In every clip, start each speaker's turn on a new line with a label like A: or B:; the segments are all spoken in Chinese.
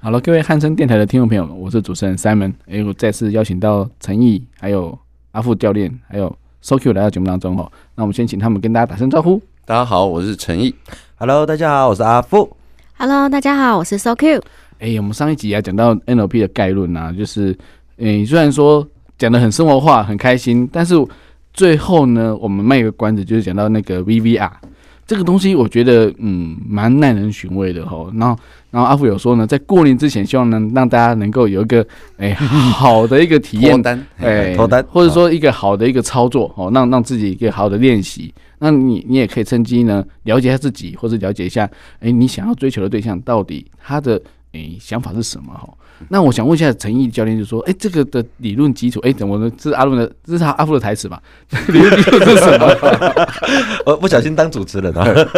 A: 好了，各位汉声电台的听众朋友们，我是主持人 Simon，哎，我再次邀请到陈毅、还有阿富教练、还有 SoQ 来到节目当中哦。那我们先请他们跟大家打声招呼。
B: 大家好，我是陈毅。
C: Hello，大家好，我是阿富。
D: Hello，大家好，我是 So Q。
A: 哎，我们上一集啊讲到 NLP 的概论啊，就是，哎，虽然说讲的很生活化、很开心，但是最后呢，我们卖一个关子，就是讲到那个 VVR 这个东西，我觉得嗯蛮耐人寻味的吼。然后，然后阿富有说呢，在过年之前，希望能让大家能够有一个哎好的一个体验
B: 脱单，
A: 哎，
C: 脱单
A: 或者说一个好的一个操作哦，让让自己一个好的练习。那你你也可以趁机呢，了解一下自己，或者了解一下，哎，你想要追求的对象到底他的哎想法是什么哈、哦？那我想问一下陈毅教练，就说，哎，这个的理论基础，哎，怎么呢？这是阿伦的，这是他阿富的台词吧？理论基础是什么？
C: 呃，不小心当主持人啊了。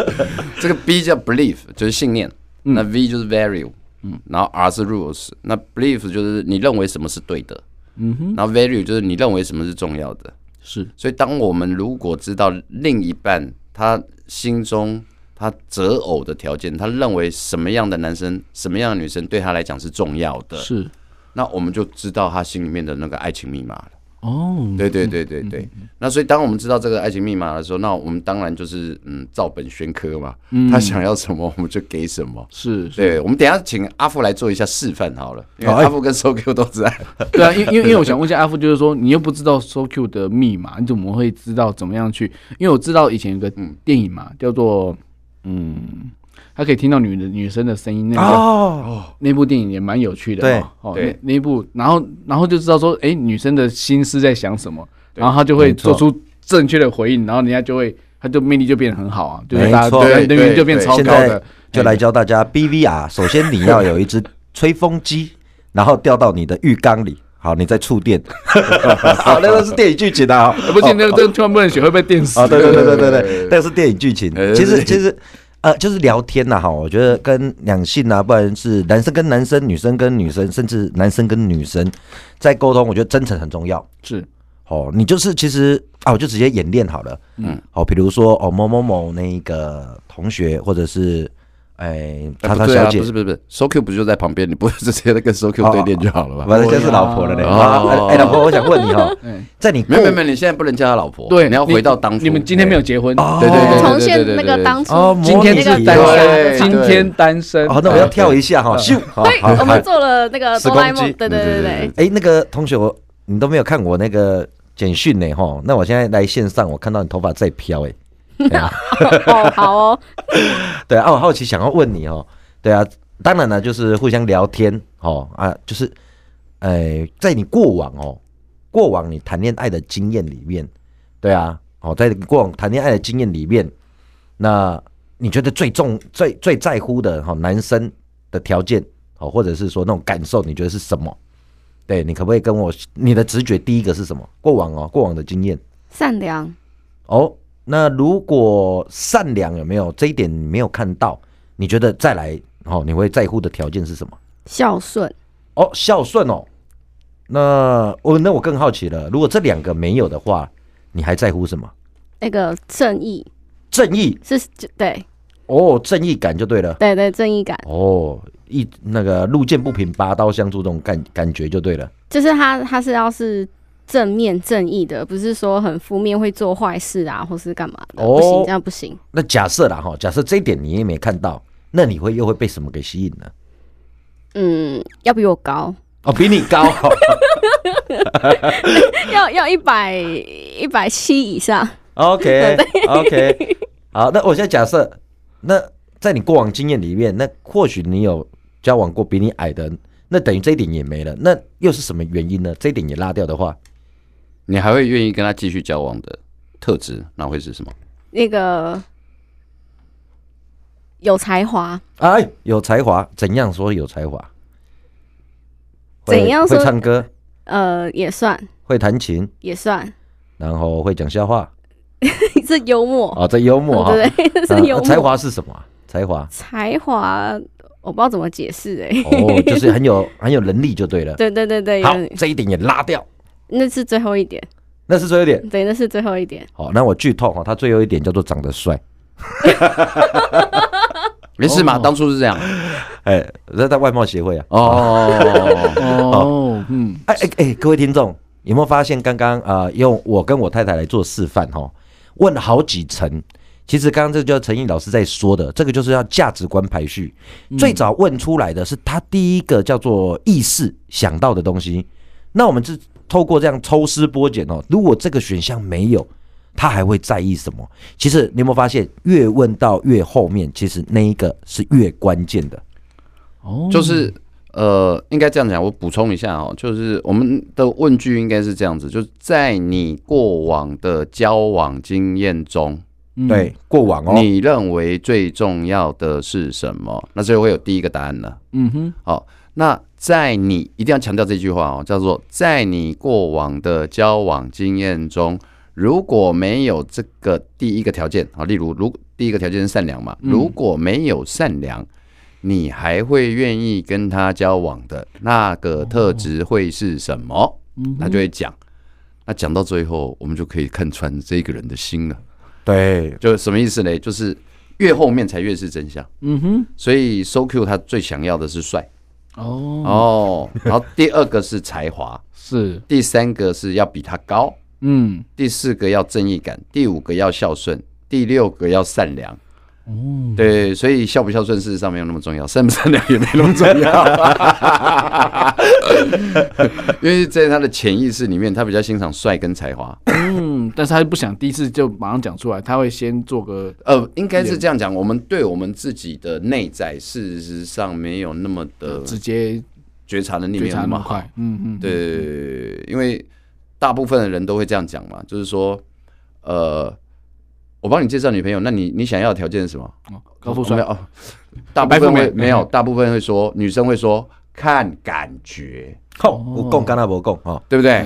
B: 这个 B 叫 belief，就是信念，
A: 嗯
B: 那 V 就是 value，嗯，然后 R 是 rules，那 belief 就是你认为什么是对的，
A: 嗯哼，
B: 然后 value 就是你认为什么是重要的。
A: 是
B: 所以，当我们如果知道另一半他心中他择偶的条件，他认为什么样的男生、什么样的女生对他来讲是重要的，
A: 是
B: 那我们就知道他心里面的那个爱情密码了。
A: 哦，嗯
B: 对对对对对。那所以当我们知道这个爱情密码的时候，那我们当然就是嗯照本宣科嘛，他想要什么我们就给什么。
A: 嗯是是，
B: 对，我们等一下请阿富来做一下示范好了，因为
C: 好哎
B: 阿富跟 SoQ 都在。
A: 对啊，因因为因为我想问一下阿富，就是说你又不知道 SoQ 的密码，你怎么会知道怎么样去？因为我知道以前有个
C: 嗯
A: 电影嘛，叫做嗯，他可以听到女的女生的声音，那个、
C: 哦，
A: 那部电影也蛮有趣的，
C: 对
A: 哦哦，
B: 对
A: 那那一部，然后然后就知道说，哎，女生的心思在想什么，然后他就会
C: 没错
A: 做出正确的回应，然后人家就会他就魅力就变得很好啊，就是
C: 没
A: 大家
C: 错
A: 人
B: 对
A: 缘就
B: 对
A: 变
B: 对
A: 超
C: 现
A: 高
C: 在
A: 的，
C: 就来教大家 BVR。首先你要有一只吹风机，然后掉到你的浴缸里。好，你再触电。 好，那个是电影剧情 啊。
A: 哎，不行，那个这个突然不能学会被电死
C: 啊，，对对对对对
B: 对
C: 对，但是电影剧情
B: 哎，
C: 其实
B: 对
C: 其实呃，就是聊天呐、哈，我觉得跟两性啊，不然是男生跟男生、女生跟女生，甚至男生跟女生在沟通，我觉得真诚很重要。
A: 是
C: 哦，你就是其实啊，我就直接演练好了。嗯，哦，比如说哦某某某那个同学，或者是哎叉叉
B: 不对啊
C: 小姐
B: 不，是不是不是，SoQ 不就在旁边？你不会直接跟 SoQ 对练就好了
A: 啊
B: 吧？
C: 反正就是老婆了嘞。
B: 哦
C: 啊哎，哎老婆，我想问你哈
A: 嗯，
C: 在你
B: 没有没
C: 过
B: 有没有，你现在不能叫他老婆，
A: 对，
B: 你要回到当初。
A: 你们今天没有结婚
C: 哦
B: 对对对，
D: 重
B: 对
D: 现那个。当初
C: 哦，
A: 今天
C: 模
A: 是
C: 拟
A: 单
C: 哦
B: 对
A: 身，今天单身。
C: 哦，那
B: 哎
C: 我要跳一下哈，咻，好
D: 对，
C: 好
D: 我
C: 好
D: 们做了那个
C: 时
D: 哆啦 A
C: 光机
D: 梦，对嗯对对对
C: 哎、那个同学，我你都没有看我那个简讯呢，哈。那我现在来线上，我看到你头发在飘，哎，
D: 对， 哦，好哦，
C: 对啊，我好奇想要问你哦，对啊，当然了，就是互相聊天，哦啊，就是，哎，在你过往哦，过往你谈恋爱的经验里面，对啊，哦，在你过往谈恋爱的经验里面，那你觉得最重、最最在乎的哈、哦，男生的条件哦，或者是说那种感受，你觉得是什么？对你可不可以跟我你的直觉第一个是什么？过往哦，过往的经验
D: 善良，
C: 哦，那如果善良有没有这一点你没有看到？你觉得再来哦，你会在乎的条件是什么？
D: 孝顺，
C: 哦，孝顺哦。那呃我、那我更好奇了，如果这两个没有的话，你还在乎什么？
D: 那个正义
C: 正义
D: 是，就对
C: 哦，正义感就对了
D: 对对，正义感
C: 哦，一那个路见不平拔刀相助这种感感觉就对了。
D: 就是他他是要是正面正义的，不是说很负面会做坏事啊，或是干嘛的，
C: 哦
D: 不行，这样不行。
C: 那假设啦哈，假设这一点你也没看到，那你会又会被什么给吸引呢？
D: 嗯，要比我高，
C: 哦，比你高、哦，
D: 要要一百一百七以上，
C: OK OK，好，那我现在假设，那在你过往经验里面，那或许你有交往过比你矮的，那等于这一点也没了，那又是什么原因呢？这一点也拉掉的话，
B: 你还会愿意跟他继续交往的特质，那会是什么？
D: 那个有才华，
C: 哎，有才华，怎样说有才华？会
D: 怎样说
C: 会唱歌，
D: 呃，也算
C: 会弹琴，
D: 也算，
C: 然后会讲笑话。
D: 是幽默，
C: 哦，这幽默哈。
D: 对不对，
C: 啊
D: 是幽默。
C: 才华是什么啊？才华
D: 才华，我不知道怎么解释哎、欸。
C: 哦，就是很有很有能力就对了。
D: 对对对对，
C: 好
D: 有，
C: 这一点也拉掉，
D: 那是最后一点，
C: 那是最后一点。
D: 对，那是最后一点。
C: 好，那我剧透哈，他最后一点叫做长得帅。
B: 没事嘛，
A: 哦
B: 当初是这样。
C: 哎，那在外貌协会啊。
B: 哦，
A: 哦，嗯，
C: 哎哎哎，各位听众有没有发现刚刚啊，呃用我跟我太太来做示范哈，问了好几层。其实刚刚这就陈毅老师在说的，这个就是要价值观排序。最早问出来的是他第一个叫做意识想到的东西。那我们是透过这样抽丝剥茧哦，如果这个选项没有，他还会在意什么？其实你有没有发现，越问到越后面，其实那一个是越关键的。
A: 哦，
B: 就是呃，应该这样讲，我补充一下哦，就是我们的问句应该是这样子，就是在你过往的交往经验中，
A: 嗯，
C: 对，过往哦，
B: 你认为最重要的是什么？那就会有第一个答案了。
A: 嗯哼，
B: 好，那在你一定要强调这句话哦，叫做在你过往的交往经验中，如果没有这个第一个条件啊，例如如第一个条件是善良嘛，
A: 嗯
B: 如果没有善良，你还会愿意跟他交往的那个特质会是什么？
A: 嗯
B: 他就会讲。那讲到最后，我们就可以看穿这个人的心了。
C: 对，
B: 就什么意思呢？就是越后面才越是真相。
A: 嗯哼，
B: 所以 So Q 他最想要的是帅。
A: 哦，
B: 哦，然后第二个是才华，
A: 是，
B: 第三个是要比他高，
A: 嗯，
B: 第四个要正义感，第五个要孝顺，第六个要善良。对，所以孝不孝顺事实上没有那么重要，善不善良也没那么重要， 因为在他的潜意识里面，他比较欣赏帅跟才华。
A: 嗯，但是他不想第一次就马上讲出来，他会先做个
B: 呃，应该是这样讲，我们对我们自己的内在，事实上没有那么的
A: 直接
B: 觉察能力没
A: 觉
B: 有
A: 察
B: 那
A: 那
B: 么
A: 么
B: 好。
A: 快，嗯嗯，，
B: 对，因为大部分的人都会这样讲嘛，就是说，呃，我帮你介绍女朋友，那你你想要的条件是什么？
A: 高富
B: 没
A: 帅
B: 有，哦大部
A: 白
B: 分会
A: 富美嗯
B: 没有，大部分会说女生会说看感觉，
C: 吼，不共干那不共哦，
B: 对不对？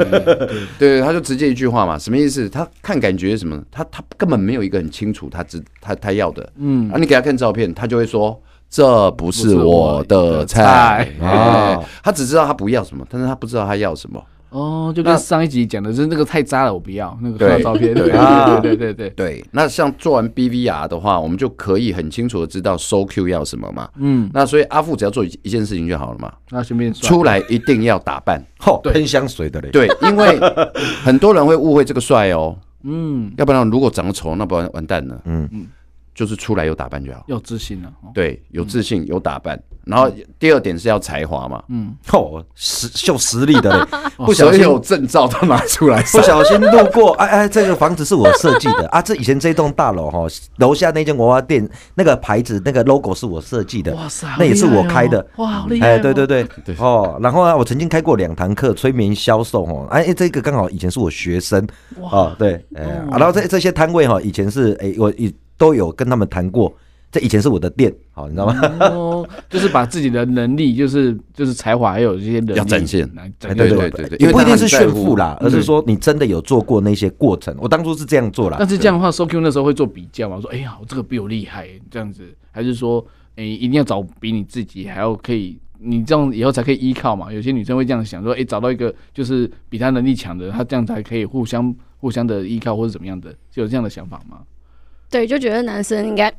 A: 嗯
B: 对，他就直接一句话嘛，什么意思？他看感觉是什么？他他根本没有一个很清楚他知他他要的，
A: 嗯
B: 啊，你给他看照片，他就会说。这不
A: 不
B: 是
A: 是我
B: 我的
A: 的
B: 菜
A: 菜啊
B: 哎
C: 哦
B: 他只知道他不要什么，但是他不知道他要什么。
A: 哦，就跟
B: 那
A: 上一集讲的是那个太渣了，我不要那个看
B: 对
A: 到照片，对
B: 对
A: 对对对对，
B: 对，那像做完 BVR 的话，我们就可以很清楚的知道收 Q 要什么嘛。
A: 嗯，
B: 那所以阿富只要做一一件事情就好了嘛，
A: 那顺便算
B: 出来一定要打扮。
C: 吼，
A: 对
C: 喷香水的嘞，
B: 对，因为很多人会误会这个帅哦，
A: 嗯，
B: 要不然如果长得丑，那不然完蛋了。
C: 嗯
B: 嗯，就是出来有打扮就好。
A: 要自信了，哦
B: 对，有自信，有打扮。然后第二点是要才华嘛，
A: 嗯，
C: 吼，实秀实力 的嘞，不小
B: 所
C: 心
B: 有证照都拿出来
C: 不小心路过， 哎哎，这个房子是我设计的啊，这以前这栋大楼哈，楼下那间娃娃店那个牌子那个 logo 是我设计的，
A: 哇塞，
C: 那也是
A: 好厉害
C: 我开的
A: 哦，哇，好厉害，
C: 哎，对对，对，哦，然后呢，我曾经开过两堂课催眠销售哦，哎，这个刚好以前是我学生哦，对，哎，
A: 哦
C: 啊然后这这些摊位哈，以前是哎我以都有跟他们谈过，这以前是我的店，好，你知道吗？
A: 哦，就是把自己的能力，就是就是才华，还有这些能力
B: 要展现
A: 来
C: 哎
A: 展
B: 对
A: 现。
B: 对对对
C: 也不
B: 因为
C: 一定是
B: 他很
C: 炫
B: 在乎嗯
C: 富啦，而是说你真的有做过那些过程。我当初是这样做啦
A: 但，是这样的话，So Q 那时候会做比较嘛？说，哎呀，我这个比我厉害，这样子，还是说，哎，一定要找比你自己还要可以，你这样以后才可以依靠嘛？有些女生会这样想，说，哎，找到一个就是比她能力强的，她这样才可以互相互相的依靠或者怎么样的，就有这样的想法吗？
D: 对，就觉得男生应该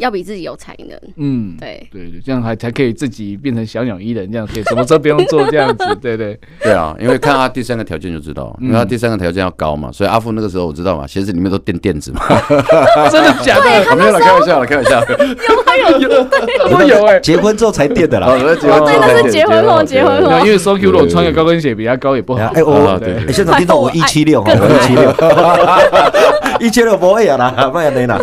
D: 要比自己有才能。
A: 嗯，
D: 对，
A: 对对，这样还才可以自己变成小鸟依人，这样可以什么都不用做，这样子，对对，
B: 对啊，因为看他第三个条件就知道，
A: 嗯
B: 因为他第三个条件要高嘛，所以阿富那个时候我知道嘛，鞋子里面都垫垫子嘛。
A: 真的假的？
B: 没有了，开玩笑了，开 玩笑。
A: 我有哎。
C: 结婚之后才垫的啦
B: 好。了，结婚
D: 对
B: 之后
D: 那是
B: 再
D: 结婚后结婚
A: 没
D: 后
A: 有因为 So Q 如果穿个高跟鞋比他高也不好。
C: 哎，我
B: 啊对对
C: 哎现场听众我一 七六哈，我一七六， 一七六不会啊啦，不然你啦。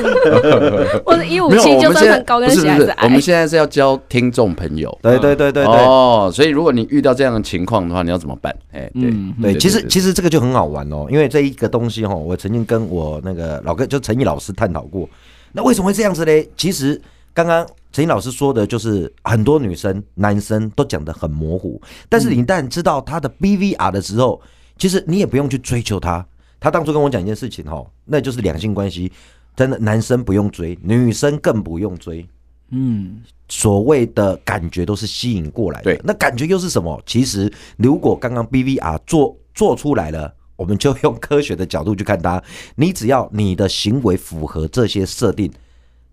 D: 我的一五
B: 没有，
D: 七
B: 我
D: 就
B: 们现
D: 算
B: 在
D: 很高跟
B: 不是
D: 鞋还
B: 不是
D: 矮
B: 我们。现在是要教听众朋友。
C: 对对对对对
B: 哦，所以如果你遇到这样的情况的话，你要怎么办？哎，对
A: 嗯
C: 对，其实其实这个就很好玩哦，因为这一个东西哈，我曾经跟我那个老哥就陈毅老师探讨过，那为什么会这样子嘞？其实刚刚陈英老师说的就是很多女生、男生都讲的很模糊，但是你一旦知道他的 BVR 的时候，其实你也不用去追求他。他当初跟我讲一件事情哦，那就是两性关系，真的男生不用追，女生更不用追。
A: 嗯，
C: 所谓的感觉都是吸引过来的。
B: 对
C: 那感觉又是什么？其实如果刚刚 BVR 做做出来了，我们就用科学的角度去看它。你只要你的行为符合这些设定，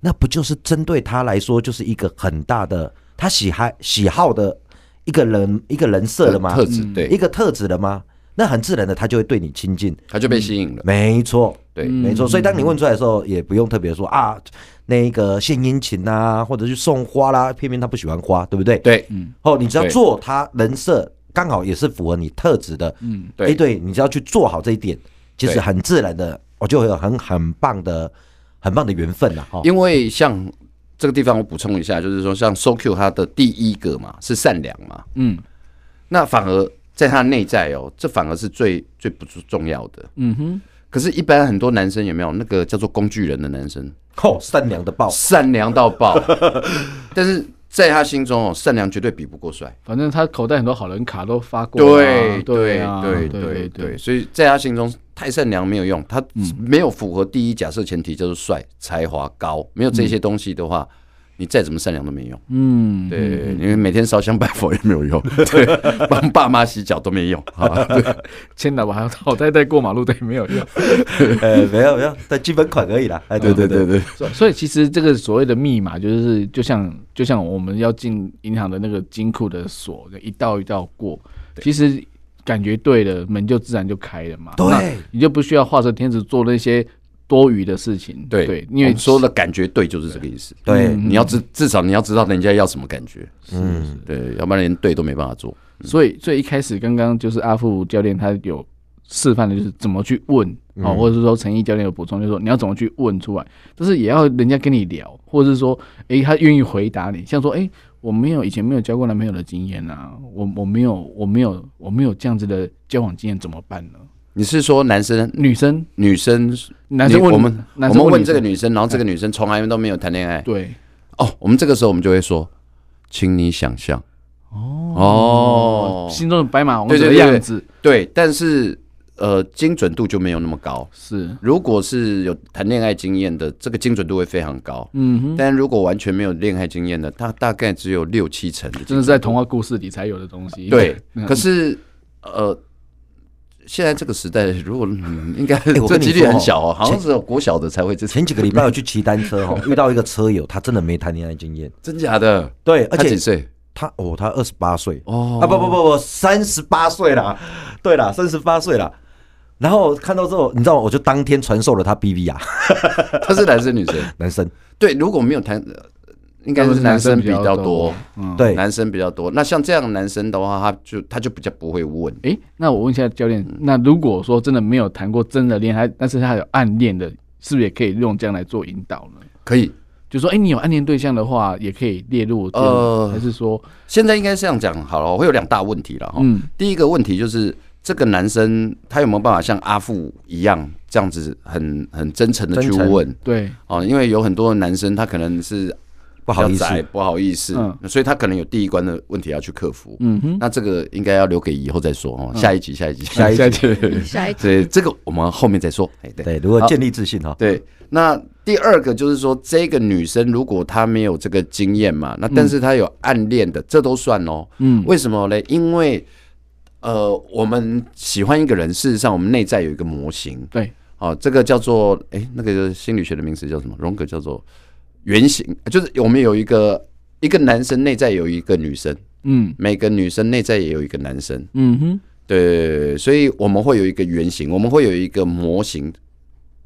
C: 那不就是针对他来说就是一个很大的他喜爱喜好的一个人一个人设了吗？
B: 特质
A: 嗯
C: 一
B: 对，
C: 个特质了吗？那很自然的，他就会对你亲近。
B: 他就被吸引了。
C: 没错，
B: 对，
A: 嗯
C: 没错，所以当你问出来的时候，也不用特别说啊，那个献殷勤啊，或者去送花啦，偏偏他不喜欢花，对不对？，
B: 对，
A: 嗯
C: 哦，你只要
B: 对
C: 做他人设，刚好也是符合你特质的，嗯，
B: 对
C: 哎，对，你只要去做好这一点，其实
B: 对
C: 很自然的，我就会有很很棒的、很棒的缘分哦了哈。
B: 因为像这个地方我补充一下，就是说像 So Q 他的第一个嘛是善良嘛，
A: 嗯
B: 那反而在他内在哦，这反而是最最不重要的。
A: 嗯哼，
B: 可是，一般很多男生有没有那个叫做工具人的男生，
C: 哦，善良的报，
B: 善良到爆， 但是在他心中哦，善良绝对比不过帅。
A: 反正他口袋很多好人卡都发过啦，
B: 对
A: 对啊
B: 对
A: 对嗯
B: 对对，，所以在他心中太善良没有用，他没有符合第一假设前提，叫做帅、才华高，没有这些东西的话，你再怎么善良都没用。
A: 嗯，
B: 对，因为每天烧香拜佛也没 有用，对，帮爸妈洗脚都没用啊。对
A: 千岛把好袋带过马路，对，没有用。
C: 呃，没有没有，但基本款而已啦。哎，对对对对，
A: 所所以其实这个所谓的密码，就是就像就像我们要进银行的那个金库的锁，一道一道过，其实感觉对了，门就自然就开了嘛。
C: 对
A: 那你就不需要画蛇添足做那些多余的事情。
B: 对
A: 对，因
B: 因
A: 为
B: 为说的感觉对嗯就是这个意思。
C: 对
A: 嗯
B: 你要知至少你要知道人家要什么感觉，嗯，对，要不然连对都没办法做。
A: 所以所以一开始刚刚就是阿富教练他有示范的就是怎么去问啊、
B: 嗯
A: 哦，或者是说陈毅教练有补充，就是说你要怎么去问出来，但是也要人家跟你聊，或者是说诶、他愿意回答你，像说诶、我没有以前没有交过男朋友的经验啊，我我没有我没有我没有这样子的交往经验怎么办呢？
B: 你是说男生、
A: 女生
B: 女生？
A: 男生
B: 你
A: 问
B: 我们
A: 男
B: 我
A: 生
B: 们
A: 问
B: 问
A: 女
B: 这
A: 生哎
B: 个女生，然后这个女生从来都没有谈恋爱。
A: 对
B: 哦，我们这个时候我们就会说，请你想象。哦
A: 心中的白马王
B: 对
A: 子
B: 对
A: 的
B: 对
A: 样
B: 对
A: 子
B: 对，但是呃，精准度就没有那么高。
A: 是
B: 如果是有谈恋爱经验的，这个精准度会非常高。
A: 嗯哼，
B: 但如果完全没有恋爱经验的，他大概只有六七成的
A: 真
B: 精准
A: 的是在童话故事里才有的东西。
B: 对
A: 嗯，
B: 可是呃，现在这个时代，如果、嗯应该、
C: 我
B: 这
C: 跟你
B: 几率
C: 说
B: 很
C: 哦
B: 小哦，好像只有国小的才会这，
C: 前几个礼拜我去骑单车哈，遇到一个车友，他真的没谈恋爱经验，
B: 真假的？
C: 对，而
B: 他几
C: 且
B: 岁？
C: 他哦，他二十八岁，
B: 哦
C: 啊不不不不，三十八岁啦，对啦，三十八岁啦。然后看到之后，你知道吗？我就当天传授了他 B B 啊，
B: 他是男生女生？
C: 男生，
B: 对，如果没有谈，呃应该
A: 都
B: 是
A: 是
B: 男生
A: 比
B: 比较多，，
A: 嗯。
C: 对，
B: 男生比较多。那像这样的男生的话，他就他就比较不会问。
A: 诶，那我问一下教练，那如果说真的没有谈过真的恋爱，但是他有暗恋的，是不是也可以用这样来做引导呢？
B: 可以，
A: 就说，诶，你有暗恋对象的话，也可以列入这个，
B: 呃
A: 还是说，
B: 现在应该这样讲好了，会有两大问题了哈。
A: 嗯
B: 第一个问题就是。这个男生他有没有办法像阿富一样这样子很很真诚的去
C: 真诚
B: 问
A: 对，
B: 哦？因为有很多男生他可能是
C: 不好意
B: 比较
C: 思，
B: 窄不好意思，
A: 嗯
B: 所以他可能有第一关的问题要去克服。
A: 嗯哼，
B: 那这个应该要留给以后再说哦，下一集，下一集，
C: 嗯下一集
B: 集，
D: 下一集
B: 对，这个我们后面再说。哎，对
C: 对，如何
B: 好
C: 建立自信哦哈，
B: 对，那第二个就是说，这个女生如果她没有这个经验嘛，
C: 嗯
B: 那但是她有暗恋的，这都算哦。
A: 嗯，
B: 为什么呢？因为呃，我们喜欢一个人，事实上我们内在有一个模型，
A: 对，
B: 哦，这个叫做哎，那个心理学的名词叫什么？荣格叫做原型，就是我们有一个一个男生内在有一个女生，
A: 嗯
B: 每个女生内在也有一个男生，
A: 嗯哼，
B: 对，所以我们会有一个原型，我们会有一个模型，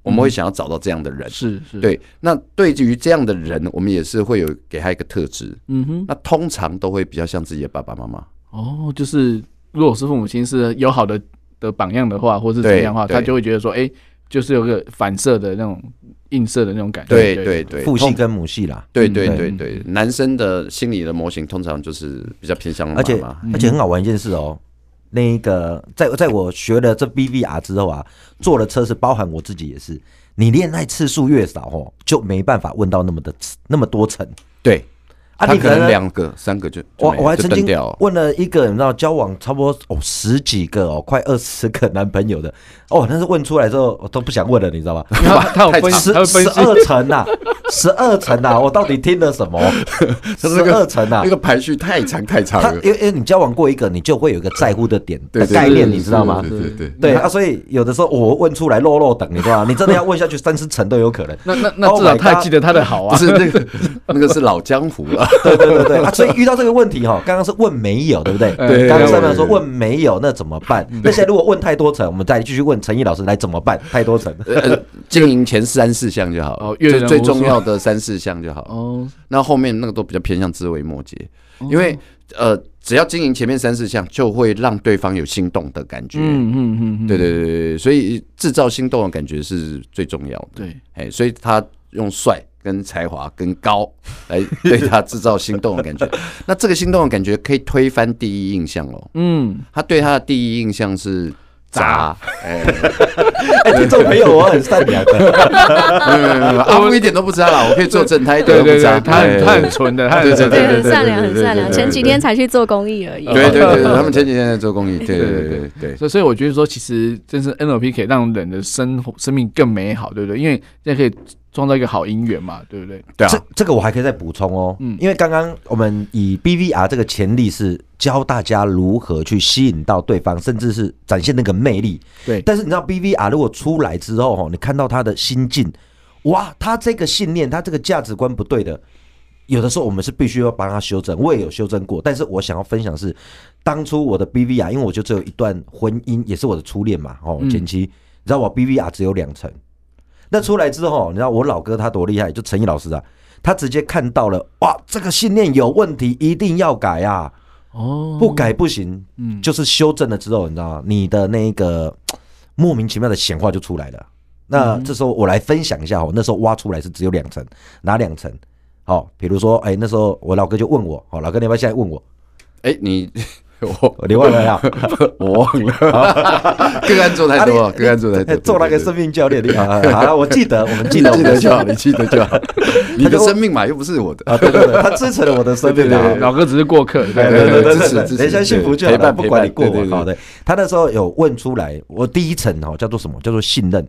B: 我们会想要找到这样的人。
A: 是是，，
B: 对，那对于这样的人，我们也是会有给他一个特质，
A: 嗯哼，
B: 那通常都会比较像自己的爸爸妈妈。
A: 哦，就是如果是父母亲是有好的的榜样的话，或是怎么样的话，
B: 对
A: 他
B: 对
A: 就会觉得说，诶，就是有个反射的那种映射的那种感觉，
B: 对对对，
C: 父系
B: 通
C: 跟母系啦，
B: 对对
A: 嗯
B: 对对，男生的心理的模型通常就是比较偏向嗯妈
C: 而且
B: 妈。
C: 而且很好玩一件事哦，那一个在在我学了这 B V R 之后啊，坐了车是包含我自己也是，你恋爱次数越少哦，就没办法问到那么的那么多层，
B: 对，
C: 啊，
B: 他
C: 你
B: 可能
C: 能
B: 两个、三个就就
C: 我
B: 没了
C: 我还
B: 就
C: 曾
B: 断
C: 经
B: 掉了。
C: 问了一个，你知道交往差不多哦十几个哦，快二十个男朋友的哦，但是问出来之后我都不想问了，你知道 吗？
A: 因为他他有
B: 太
A: 分析，
C: 十
A: 他会分
C: 十
A: 析，
C: 二层呐， 十二层呐，我到底听 了什么？十
B: 那个
C: 二层呐
B: 那，个排序太长太长
C: 他
B: 了。
C: 因为因为你交往过一个，你就会有一个在乎的点
B: 对
C: 的
B: 对
C: 概念，
B: 是
C: 你知道吗
B: 是？对对 对。
C: 对啊，所以有的时候我问出来漏漏等，你知道吗？你真的要问下去三四层都有可能。
A: 那那那
C: Oh
A: 至少
C: my
A: 他还
C: God
A: 记得他的好
B: 不
A: 啊。
B: 是那个，那个是老江湖 了。
C: 对对对对啊，所以遇到这个问题哈，刚刚是问没有，对不对？
A: 哎对嗯
C: 刚刚上面说问没有，那怎么办？那现在如果问太多层，我们再继续问陈毅老师来怎 么办？太多层，
B: 呃，经营前三四项就好，
A: 哦阅人
B: 就
A: 无数
B: 最重要的三四项就好。
A: 哦，
B: 那后面那个都比较偏向枝微末节，因
C: 哦
B: 为呃，只要经营前面三四项，就会让对方有心动的感觉。
A: 嗯嗯嗯嗯，
B: 对对对对对，所以制造心动的感觉是最重要的。
A: 对，
B: 哎，所以他用帅、跟才华、跟高来对他制造心动的感觉。那这个心动的感觉可以推翻第一印象哦。
A: 嗯，
B: 他对他的第一印象是渣，哎，
C: 哎，听众朋友，我很善良 的，
B: 没有没有没有，阿木一点都不渣啦，我可以作证，他一点
A: 对
B: 都不
A: 对
B: 渣，
A: 对，他很
B: 哎
A: 他很纯的，他很纯
B: 对
D: 对，
A: 的，
D: 很善良，很
B: 对
D: 善良。
B: 对对对对
D: 前几天才去做公益而已。
B: 对对对，对他们前几天在做公益，对对对对对。
A: 所以所以我觉得说，其实真是 NLP 可以让人的生活生命更美好，对不对？因为这可以创造一个好姻缘嘛，对不对？
B: 对
C: 这
B: 啊，
C: 这个我还可以再补充哦
A: 嗯，
C: 因为刚刚我们以 BVR 这个前例是教大家如何去吸引到对方，甚至是展现那个魅力。
A: 对，
C: 但是你知道 BVR 如果出来之后哈，你看到他的心境，哇，他这个信念，他这个价值观不对的，有的时候我们是必须要帮他修正。我也有修正过，但是我想要分享是，当初我的 BVR，因为我就只有一段婚姻，也是我的初恋嘛，哦，
A: 嗯
C: 前期、你知道我 BVR 只有两层，那出来之后，你知道我老哥他多厉害，就陈毅老师啊，他直接看到了，哇，这个信念有问题，一定要改啊，
A: 哦
C: 不，改不行，
A: 嗯，
C: 就是修正了之后，你知道吗？你的那个莫名其妙的显化就出来了。
B: 嗯
C: 那这时候我来分享一下哦，那时候挖出来是只有两层，哪两层？好、比如说，哎、那时候我老哥就问我，好、老哥，你要不要现在问我？
B: 哎，你我
C: 你忘 了呀？
B: 我忘了，个案做太多了，个案做太多
C: 哎，做那个生命教练，你啊，好了，我记得，我们记
B: 记
C: 得，
B: 得
C: 我
B: 记
C: 们
B: 得就好，你记得就好。你的生命嘛，又不是我的，
C: 啊，对对对，他支持了我的生命啊。
A: 老哥只是过客，对
C: 对
A: 对
C: 对对对
B: 支持
C: 对
B: 支持
C: 人生幸福就
B: 对
C: 好
B: 陪
C: 了，
B: 伴
C: 不管你
B: 陪
C: 过
B: 伴
C: 我
B: 对对对
C: 好的。他那时候有问出来，我第一层哦叫做什么？叫做信任。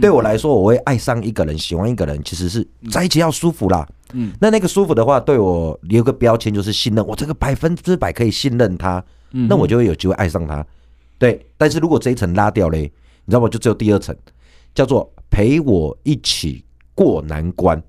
C: 对我来说，我会爱上一个人，喜欢一个人，其实是在一起要舒服啦。
A: 嗯
C: 那那个舒服的话，对我有个标签就是信任，我这个百分之百可以信任他，
A: 嗯
C: 那我就会有机会爱上他。对，但是如果这一层拉掉嘞，你知道吗？就只有第二层，叫做陪我一起过难关。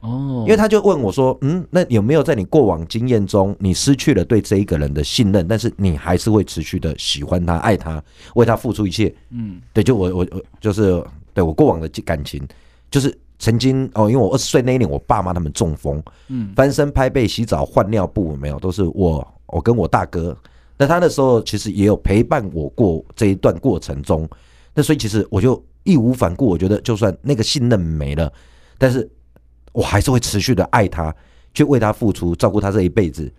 A: 哦，
C: 因为他就问我说：“嗯，那有没有在你过往经验中，你失去了对这一个人的信任，但是你还是会持续的喜欢他、爱他，为他付出一切？
A: 嗯
C: 对，就我我我就是对我过往的感情，就是曾经哦，因为我二十岁那一年，我爸妈他们中风，
A: 嗯
C: 翻身拍背、洗澡、换尿布，有没有都是我我跟我大哥。那他那时候其实也有陪伴我过这一段过程中，那所以其实我就义无反顾，我觉得就算那个信任没了，但是我还是会持续的爱他，去为他付出，照顾他这一辈子。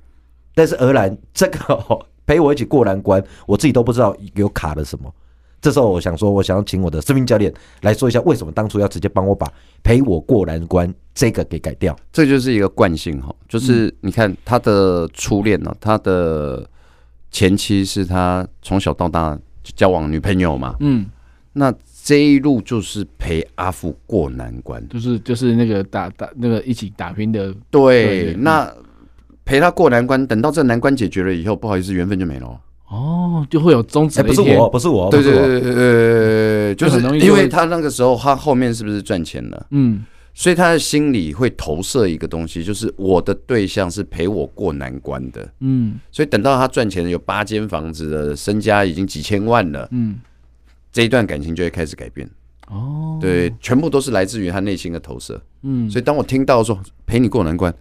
C: 但是而然这个、哦、 陪我一起过难关，我自己都不知道有卡了什么。这时候我想说，我想要请我的生命教练来说一下，为什么当初要直接帮我把陪我过难关这个给改掉。
B: 这就是一个惯性哈。就是你看他的初恋呢，他的前妻是他从小到大交往的女朋友嘛，
A: 嗯，
B: 那这一路就是陪阿富过难关。
A: 就是就是那个打打那个一起打拼的，对
B: 对，
A: 嗯
B: 那陪他过难关，等到这难关解决了以后，不好意思，缘分就没了哦。
A: 哦，就会有终止
C: 哎、
A: 的
C: 不
A: 一
C: 是
A: 天
C: 我，，不是我，
B: 对
C: 不
B: 对
C: 是我
B: 对对对，
A: 就
B: 就
A: 很
B: 是
A: 容易就
B: 因
A: 会
B: 为他那个时候，他后面是不是赚钱了？
A: 嗯
B: 所以他的心里会投射一个东西，就是我的对象是陪我过难关的。
A: 嗯
B: 所以等到他赚钱有八间房子的身家已经几千万了，
A: 嗯，
B: 这一段感情就会开始改变。
A: 哦，
B: 对，全部都是来自于他内心的投射。
A: 嗯，
B: 所以当我听到说陪你过难关，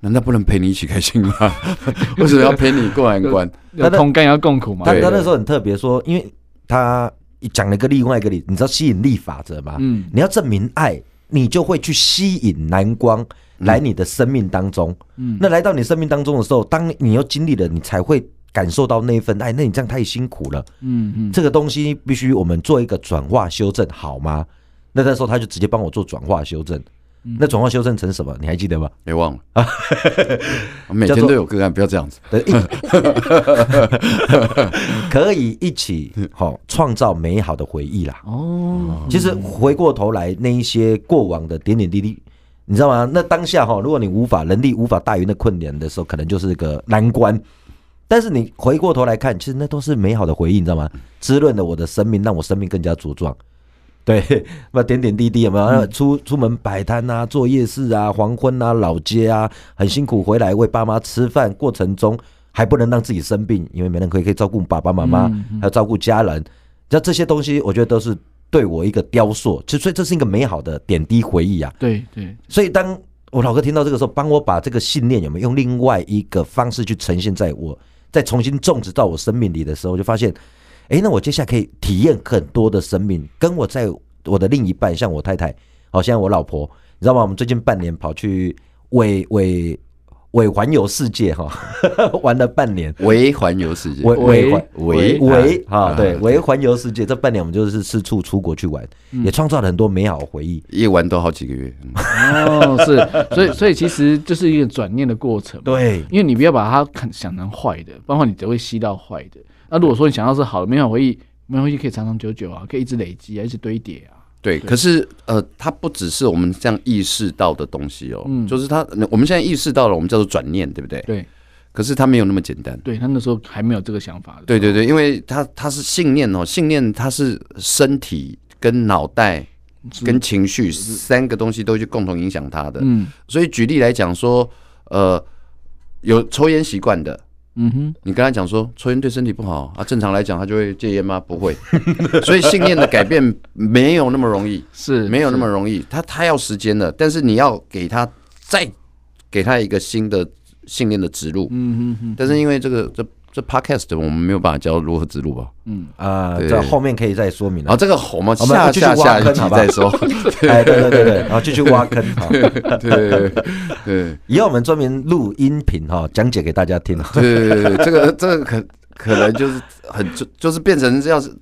B: 难道不能陪你一起开心吗？ 为什么要陪你过难关？
A: 有同甘要共苦嘛，
C: 他
B: 对
C: 他那时候很特别，说，因为他讲了一个另外一个例，你知道吸引力法则吗？
A: 嗯
C: 你要证明爱，你就会去吸引蓝光来你的生命当中。
A: 嗯，
C: 那来到你生命当中的时候，当你又经历了，你才会感受到那一份爱。哎那你这样太辛苦了，
A: 嗯嗯，
C: 这个东西必须我们做一个转化修正，好吗？那那时候他就直接帮我做转化修正。
A: 嗯
C: 那转化修正成什么？你还 记得吧？
B: 别哎忘了， 我每天都有个案，不要这样子。
C: 对一 可以一起好创造美好的回忆啦。
A: 哦，
C: 其实回过头来，那一些过往的点点滴滴，你知道吗？那当下哈，如果你无法能力无法大于那困难的时候，可能就是个难关。但是你回过头来看，其实那都是美好的回忆，你知道吗？滋润了我的生命，让我生命更加茁壮。对，那点点滴滴有没有？那出出门摆摊啊，做夜市啊，黄昏啊，老街啊，很辛苦回来喂爸妈吃饭，过程中还不能让自己生病，因为没人可以可以照顾爸爸妈妈，
A: 嗯嗯
C: 还有照顾家人。那这些东西，我觉得都是对我一个雕塑，其实所以这是一个美好的点滴回忆啊。
A: 对对，
C: 所以当我老哥听到这个时候，帮我把这个信念有没有用另外一个方式去呈现在我，再重新种植到我生命里的时候，我就发现，诶，那我接下来可以体验很多的生命，跟我在我的另一半，像我太太，好、像我老婆，你知道吗？我们最近半年跑去伪伪伪环游世界哈、 玩了半年，
B: 为环游世界，
C: 伪伪环
B: 为
C: 为
B: 啊
C: 啊，对，
B: 啊
C: 为环游世界这半年，我们就是四处出国去玩，
B: 嗯
C: 也创造了很多美好的回忆。
B: 一玩都好几个月。嗯
A: 哦，是，所以所以其实就是一个转念的过程嘛。
C: 对，
A: 因为你不要把它看想成坏的，不然的话你只会吸到坏的。那如果说你想要是好的，美好回忆，美好回忆可以长长久久啊，可以一直累积啊，一直堆叠啊。
B: 对，可是呃，它不只是我们这样意识到的东西哦，
A: 嗯
B: 就是它，我们现在意识到了，我们叫做转念，对不对？
A: 对
B: 可是它没有那么简单。
A: 对，他那时候还没有这个想法的。
B: 对对对，因为它它是信念哦，信念它是身体跟脑袋
A: 是
B: 跟情绪三个东西都去共同影响它的。
A: 嗯
B: 所以举例来讲说，呃，有抽烟习惯的，
A: 嗯哼，
B: 你跟他讲说抽烟对身体不好啊，正常来讲他就会戒烟吗？不会， 所以信念的改变没有那么容易，
A: 是
B: 没有那么
A: 是
B: 容易，他他要时间的，但是你要给他再给他一个新的信念的植入，
A: 嗯哼
B: 但是因为这个这这 podcast 我们没有办法教如何植入吧，
C: 啊，
B: 对啊
C: 这后面可以再说明
B: 然后
C: 了。
B: 这个我们
C: 我们
B: 下
C: 继续
B: 下
C: 挖
B: 下一
C: 坑
B: 集
C: 好不好
B: 再说，
C: 哎，对对对对，然后继续挖坑哈。
B: 对对
C: 以后我们专门录音频哈，讲解给大家听。
B: 对对，这个这个可可能就是很就就是变成要是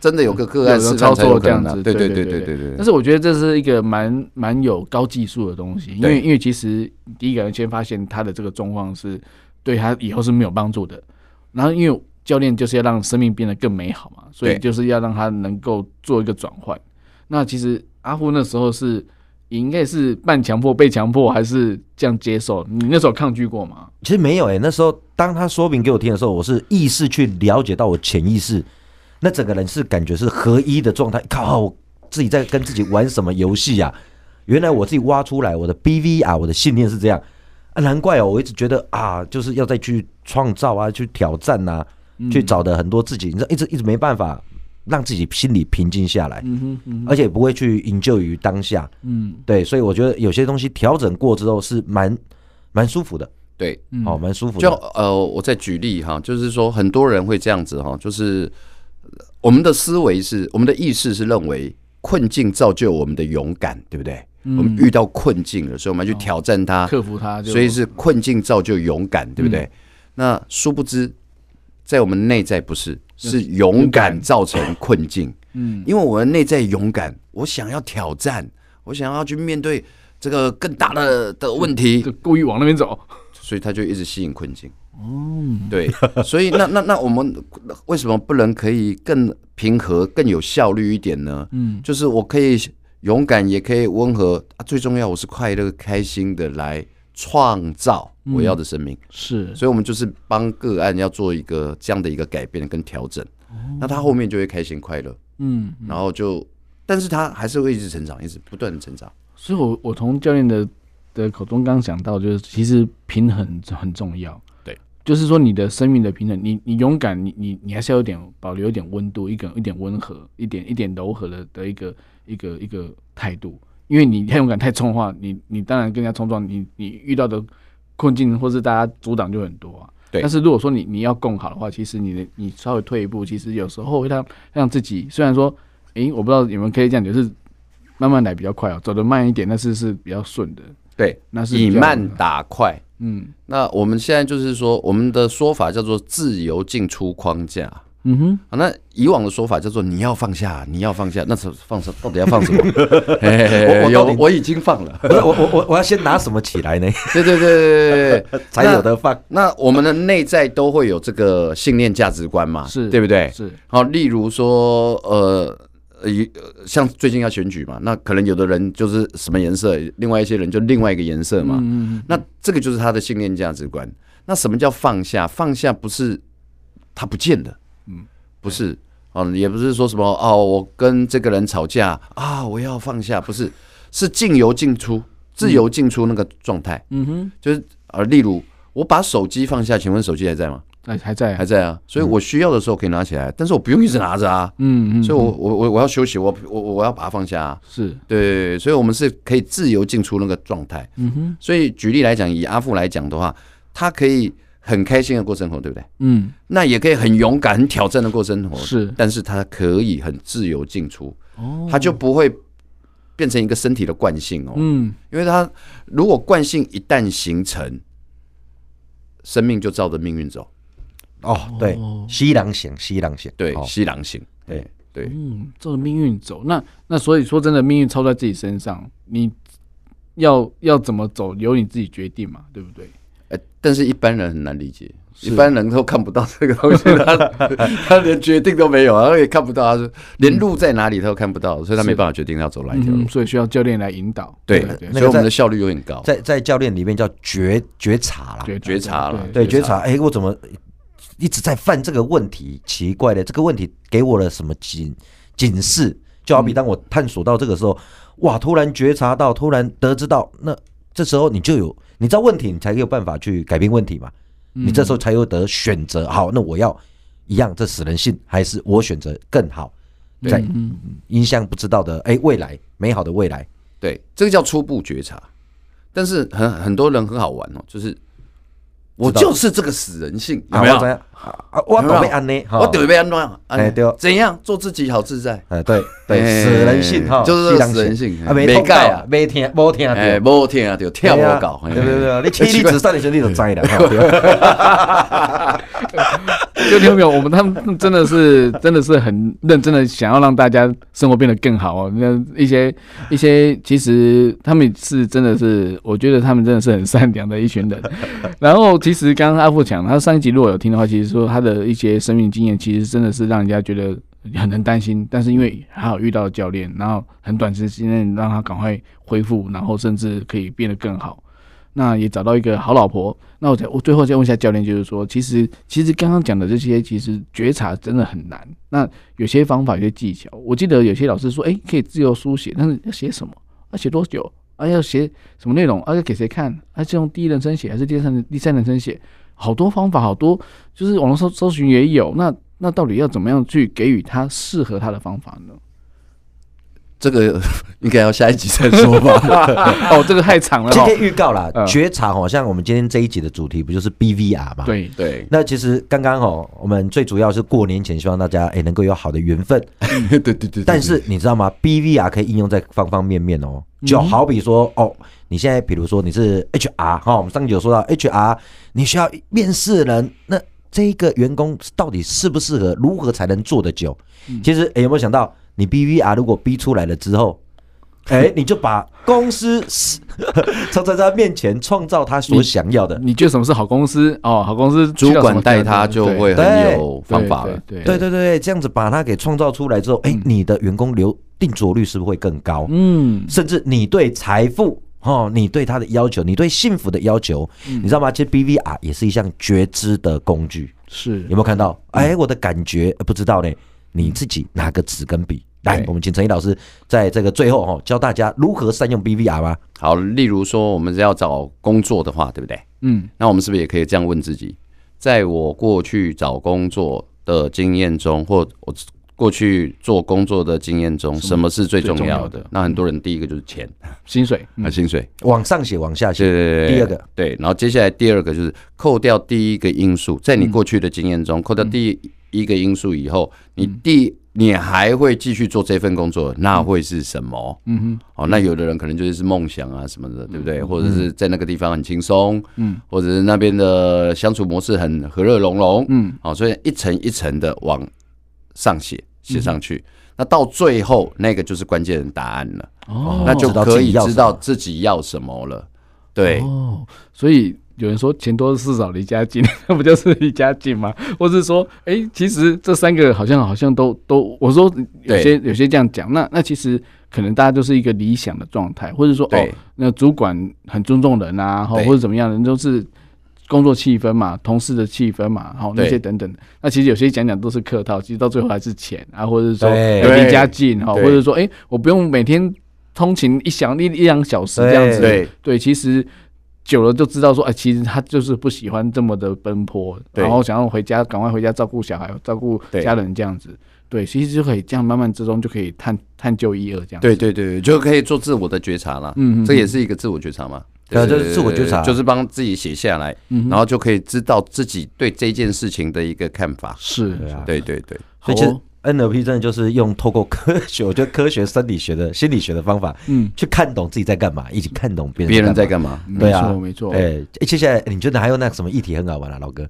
B: 真的有个个案
A: 有有
B: 示
A: 操
B: 范才有
A: 作
B: 可
A: 这
B: 能
A: 样
B: 啊
A: 子，
B: 对
A: 对对
B: 对对
A: 对
B: 对对
A: 但。是我觉得这是一个蛮蛮有高技术的东西，因为
B: 嗯对
A: 因为其实第一个人先发现他的这个状况是对他以后是没有帮助的，然后因为教练就是要让生命变得更美好嘛，所以
B: 对
A: 就是要让他能够做一个转换。那其实阿富那时候是你应该是半强迫、被强迫，还是这样接受？你那时候抗拒过吗？
C: 其实没有哎、那时候当他说明给我听的时候，我是意识去了解到我潜意识，那整个人是感觉是合一的状态。靠，我自己在跟自己玩什么游戏呀？原来我自己挖出来我的 BVR，我的信念是这样啊，难怪哦，我一直觉得啊，就是要再去创造啊，去挑战呐、
A: 嗯
C: 去找的很多自己，你知道，一直一直没办法让自己心里平静下来，
A: 嗯哼嗯哼
C: 而且不会去营救于当下。
A: 嗯
C: 对，所以我觉得有些东西调整过之后是蛮蛮舒服的，
B: 对，
A: 嗯，
C: 哦，蛮舒服的。
B: 就呃，我再举例哈，就是说很多人会这样子哈，就是呃我们的思维是，我们的意识是认为困境造就我们的勇敢，对不对？我们遇到困境了，所以我们要去挑战它，
A: 嗯克服它就，
B: 所以是困境造就勇敢，对不对？那殊不知，在我们内在不是，是勇敢造成困境。
A: 嗯
B: 因为我的内在勇敢，我想要挑战，我想要去面对这个更大的的问题
A: 就，故意往那边走。
B: 所以他就一直吸引困境。哦，
A: 嗯
B: 对， 所以那那那我们为什么不能可以更平和、更有效率一点呢？
A: 嗯
B: 就是我可以勇敢，也可以温和，啊、最重要我是快乐、开心的来创造
A: 嗯
B: 我要的生命。
A: 是
B: 所以，我们就是帮个案要做一个这样的一个改变跟调整，那他后面就会开心快乐，
A: 嗯，哦嗯
B: 然后就，但是他还是会一直成长，一直不断的成长。
A: 所以我我从教练的的口中刚刚讲到，就是其实平衡很重要。
B: 对，
A: 就是说你的生命的平衡，你你勇敢，你你你还是要有点保留一点温度，一个一点温和，一点一点柔和的的一个一个一个态度。因为你太勇敢、太冲的话，你你当然更加冲撞，你你遇到的困境或是大家阻挡就很多啊。
B: 对
A: 但是如果说你你要共好的话，其实你的你稍微退一步，其实有时候会让让自己虽然说，诶、我不知道你们可以这样，就是慢慢来比较快哦，走得慢一点，但是是比较顺的。
B: 对，
A: 那是
B: 以
A: 比较
B: 慢打快，
A: 嗯
B: 那我们现在就是说，我们的说法叫做自由进出框架。
A: 嗯哼，
B: 啊，那以往的说法叫做你要放下，你要放下，那是放什到底要放 什么？嘿嘿嘿
C: 我我
B: 有
C: 到底
B: 我已经放了，
C: 不是我我我我要先拿什么起来呢？，
B: 对对对对对对
C: 才有得放。
B: 那。那我们的内在都会有这个信念价值观嘛，
A: 是
B: 啊对不对？
A: 是，
B: 好，例如说，呃，呃，一呃像最近要选举嘛，那可能有的人就是什么颜色，另外一些人就另外一个颜色嘛。
A: 嗯嗯
B: 那这个就是他的信念价值观。那什么叫放下？放下不是他不见了，
A: 嗯
B: 嗯，不是哦，也不是说什么哦，我跟这个人吵架啊，我要放下，不是，是进由进出，自由进出那个状态，
A: 嗯哼，
B: 就是呃，例如我把手机放下，请问手机还在吗？
A: 还还在，
B: 还在啊，所以我需要的时候可以拿起来，但是我不用一直拿着啊，
A: 嗯嗯嗯，
B: 所以我我我我要休息，我我我要把它放下啊。
A: 是，
B: 对，所以我们是可以自由进出那个状态。
A: 嗯哼，
B: 所以举例来讲，以阿富来讲的话，他可以很开心的过生活，对不对？
A: 嗯
B: 那也可以很勇敢、很挑战的过生活，
A: 是，
B: 但是他可以很自由进出，
A: 哦，
B: 他就不会变成一个身体的惯性哦。
A: 嗯
B: 因为他如果惯性一旦形成，生命就照着命运走，
C: 哦，对，西郎型，西郎型，
B: 对，
C: 哦
B: 西狼型，
C: 对
B: 对对。
A: 嗯，照着命运走。那那所以说真的，命运操在自己身上，你要要怎么走，由你自己决定嘛，对不对？
B: 呃，但是一般人很难理解，
A: 是
B: 一般人都看不到这个东西，他他连决定都没有，然后也看不到，他是连路在哪里他都看不到，所以他
A: 是
B: 没办法决定要走哪一条路
A: 嗯，。所以需要教练来引导。
B: 对，
A: 对，
B: 所以我们的效率有点高。
C: 在在教练里面叫觉觉察啦，
A: 觉
B: 觉察了
C: 对，觉
B: 觉察
C: 察，哎、我怎么一直在犯这个问题？奇怪的，这个问题给我了什么警警示？就好比当我探索到这个时候，哇，突然觉察到，突然得知到，那这时候你就有，你知道问题，你才有办法去改变问题嘛。
B: 嗯
A: 嗯
C: 你这时候才有得选择，好，那我要一样，这死人性，还是我选择更好，
A: 对
C: 在
A: 嗯嗯
C: 影响不知道的，哎、未来美好的未来，
B: 对，这个叫初步觉察。但是很很多人很好玩哦，就是我
C: 知道
B: 就是这个死人性，有
C: 啊
B: 没有
C: 我怎？样啊啊我
B: 有没
C: 懂
B: 有
C: 被安呢，哈
B: 我得被安乱，啊
C: 哎对哦
B: 怎样做自己好自在？
C: 哎，对对，
B: 哎
C: 死人性哈，
B: 就是
C: 西洋
B: 死人性
C: 啊，
B: 哎
C: 没碰
B: 没盖啊
C: 到没听，没听到
B: 哎，没听啊，就跳
C: 对啊
B: 我搞，哎
C: 对对对，你妻子上的兄弟都摘了， 哈
B: 啊
C: 对
A: 就听没有？我们他们真的是真的是很认真的，想要让大家生活变得更好哦。那一些一些，其实他们是真的是，我觉得他们真的是很善良的一群人。然后其实刚刚阿富讲，他上一集如果有听的话，其实说他的一些生命经验，其实真的是让人家觉得很能担心。但是因为还好遇到教练，然后很短时间内让他赶快恢复，然后甚至可以变得更好。那也找到一个好老婆。那我再我最后再问一下教练，就是说，其实其实刚刚讲的这些，其实觉察真的很难。那有些方法、有些技巧，我记得有些老师说，哎、可以自由书写，但是要写什么？要写多久？啊，要写什么内容？啊，要给谁看？啊，是用第一人称写还是第三人第三人称写？好多方法，好多就是网络搜搜寻也有。那那到底要怎么样去给予他适合他的方法呢？
B: 这个应该要下一集再说吧。
A: 哦，这个太长了
C: 今
A: 哦。
C: 天预告啦
A: 嗯，
C: 觉察好像我们今天这一集的主题不就是 BVR 嘛？。
A: 对，
B: 对
C: 那其实刚刚哦，我们最主要是过年前希望大家哎能够有好的缘分，
B: 对对对对，
C: 但是你知道吗？BVR 可以应用在方方面面哦，就好比说哦，你现在比如说你是 HR 哈、我们上集有说到 HR，你需要面试人，那这一个员工到底适不适合，如何才能做得久？其实、诶有没有想到，你 BVR 如果逼出来了之后，哎、你就把公司 从在他面前创造他所想要的。
A: 你觉得什么是好公司？哦，好公司
B: 主
A: 需要什
B: 管
A: 么
B: 带
A: 标准
B: 他就
A: 对
B: 会
C: 对
B: 很有方法了。
A: 对
C: 对对对，这样子把它给创造出来之后，哎、你的员工留定着率是不是会更高？
A: 嗯，
C: 甚至你对财富哦，你对他的要求，你对幸福的要求，
A: 嗯
C: 你知道吗？其实 BVR 也是一项觉知的工具，
A: 是
C: 有没有看到？
A: 嗯
C: 哎，我的感觉呃不知道呢，你自己拿个纸跟笔。
A: 嗯
C: 来
A: 对，
C: 我们请陈毅老师在这个最后哦，教大家如何善用 BVR 吧。
B: 好，例如说我们要找工作的话，对不对？
A: 嗯
B: 那我们是不是也可以这样问自己？在我过去找工作的经验中，或我过去做工作的经验中，什么是最重
A: 最重
B: 要
A: 要
B: 的
A: 的？
B: 那很多人第一个就是钱
A: 薪水，
B: 啊，
A: 嗯
B: 薪水。
C: 往上写，往下
B: 对
C: 写，
B: 对对。
C: 第二个
B: 对，然后接下来第二个就是扣掉第一个因素，在你过去的经验
A: 嗯
B: 中，扣掉第一个因素以后，你第你还会继续做这份工作，那会是什么？
A: 嗯
B: 哦，那有的人可能就是梦想啊什么的，对不对？或者是在那个地方很轻松，
A: 嗯，
B: 或者是那边的相处模式很和乐融融，
A: 嗯，
B: 哦，所以一层一层的往上写写上去。那到最后，那个就是关键的答案了，
A: 哦
B: 那就
C: 知道
B: 可
C: 自己
B: 以
C: 要什
B: 知
C: 么
B: 道自己要什么了。对，
A: 哦，所以有人说钱多事少离家近，那不就是离家近吗？ 或是说，哎、其实这三个好像好像都都，我说有
B: 对
A: 些有些这样讲，那那其实可能大家都是一个理想的状态，或者说哦
B: 对，
A: 那主管很尊重人啊，吼
B: 对
A: 或者怎么样的，都是。工作气氛嘛，同事的气氛嘛，好那
B: 对
A: 些等等的，那其实有些讲讲都是客套，其实到最后还是钱啊，或者是说
C: 对
A: 要离家近哈，或
B: 对
A: 者说哎、我不用每天通勤一小一一两小时这样子，
B: 对
A: 对，其实久了就知道说，哎、其实他就是不喜欢这么的奔波，
B: 对
A: 然后想要回家，赶快回家照顾小孩，照顾
B: 对
A: 家人这样子。对，其实就可以这样慢慢之中就可以探探究一二这样子。
B: 对对对，就可以做自我的觉察了。
A: 嗯嗯嗯
B: 这也是一个自我觉察嘛。
C: 对啊就是自我觉察
B: 就是帮自己写下来，
A: 嗯哼
B: 然后就可以知道自己对这件事情的一个看法。
A: 是，
C: 对啊
B: 对对对，
A: 好
C: 所以其实
A: 哦，
C: NLP 真的就是用透过科学，我觉得科学生理学的心理学的方法，
A: 嗯，
C: 去看懂自己在干嘛，以及看懂别人
B: 别人在
C: 嘛。
B: 干 嘛？
C: 对啊
A: 没错没错。
C: 哎，诶接下来你觉得还有那什么议题很好玩啊，老哥？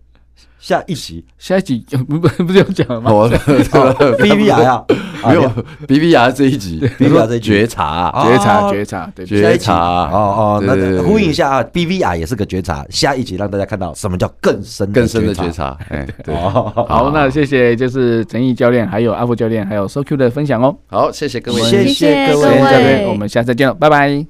C: 下一集
A: 下一集 不不不是有讲了吗？
B: 我
C: B B 啊呀，
B: 没有 B B R 这一集
C: ，B B 啊这一集
B: 觉察，
C: 哦
A: 觉察觉察，对不对
B: 觉
C: 下一集
B: 察
C: 哦哦，
B: 对对
C: 那
B: 对
C: 呼应一下啊，BVR 也是个觉察，下一集让大家看到什么叫更深
B: 更深的觉
C: 觉。
B: 察。哎，对，
C: 哦，
A: 好，那谢谢就是陈毅教练，还有阿福教练，还有 SoQ 的分享哦。
B: 好，谢谢各位，
C: 谢
D: 谢谢
C: 各
D: 各
C: 位
A: 教
D: 位
A: 练，我们下次再见了，拜拜。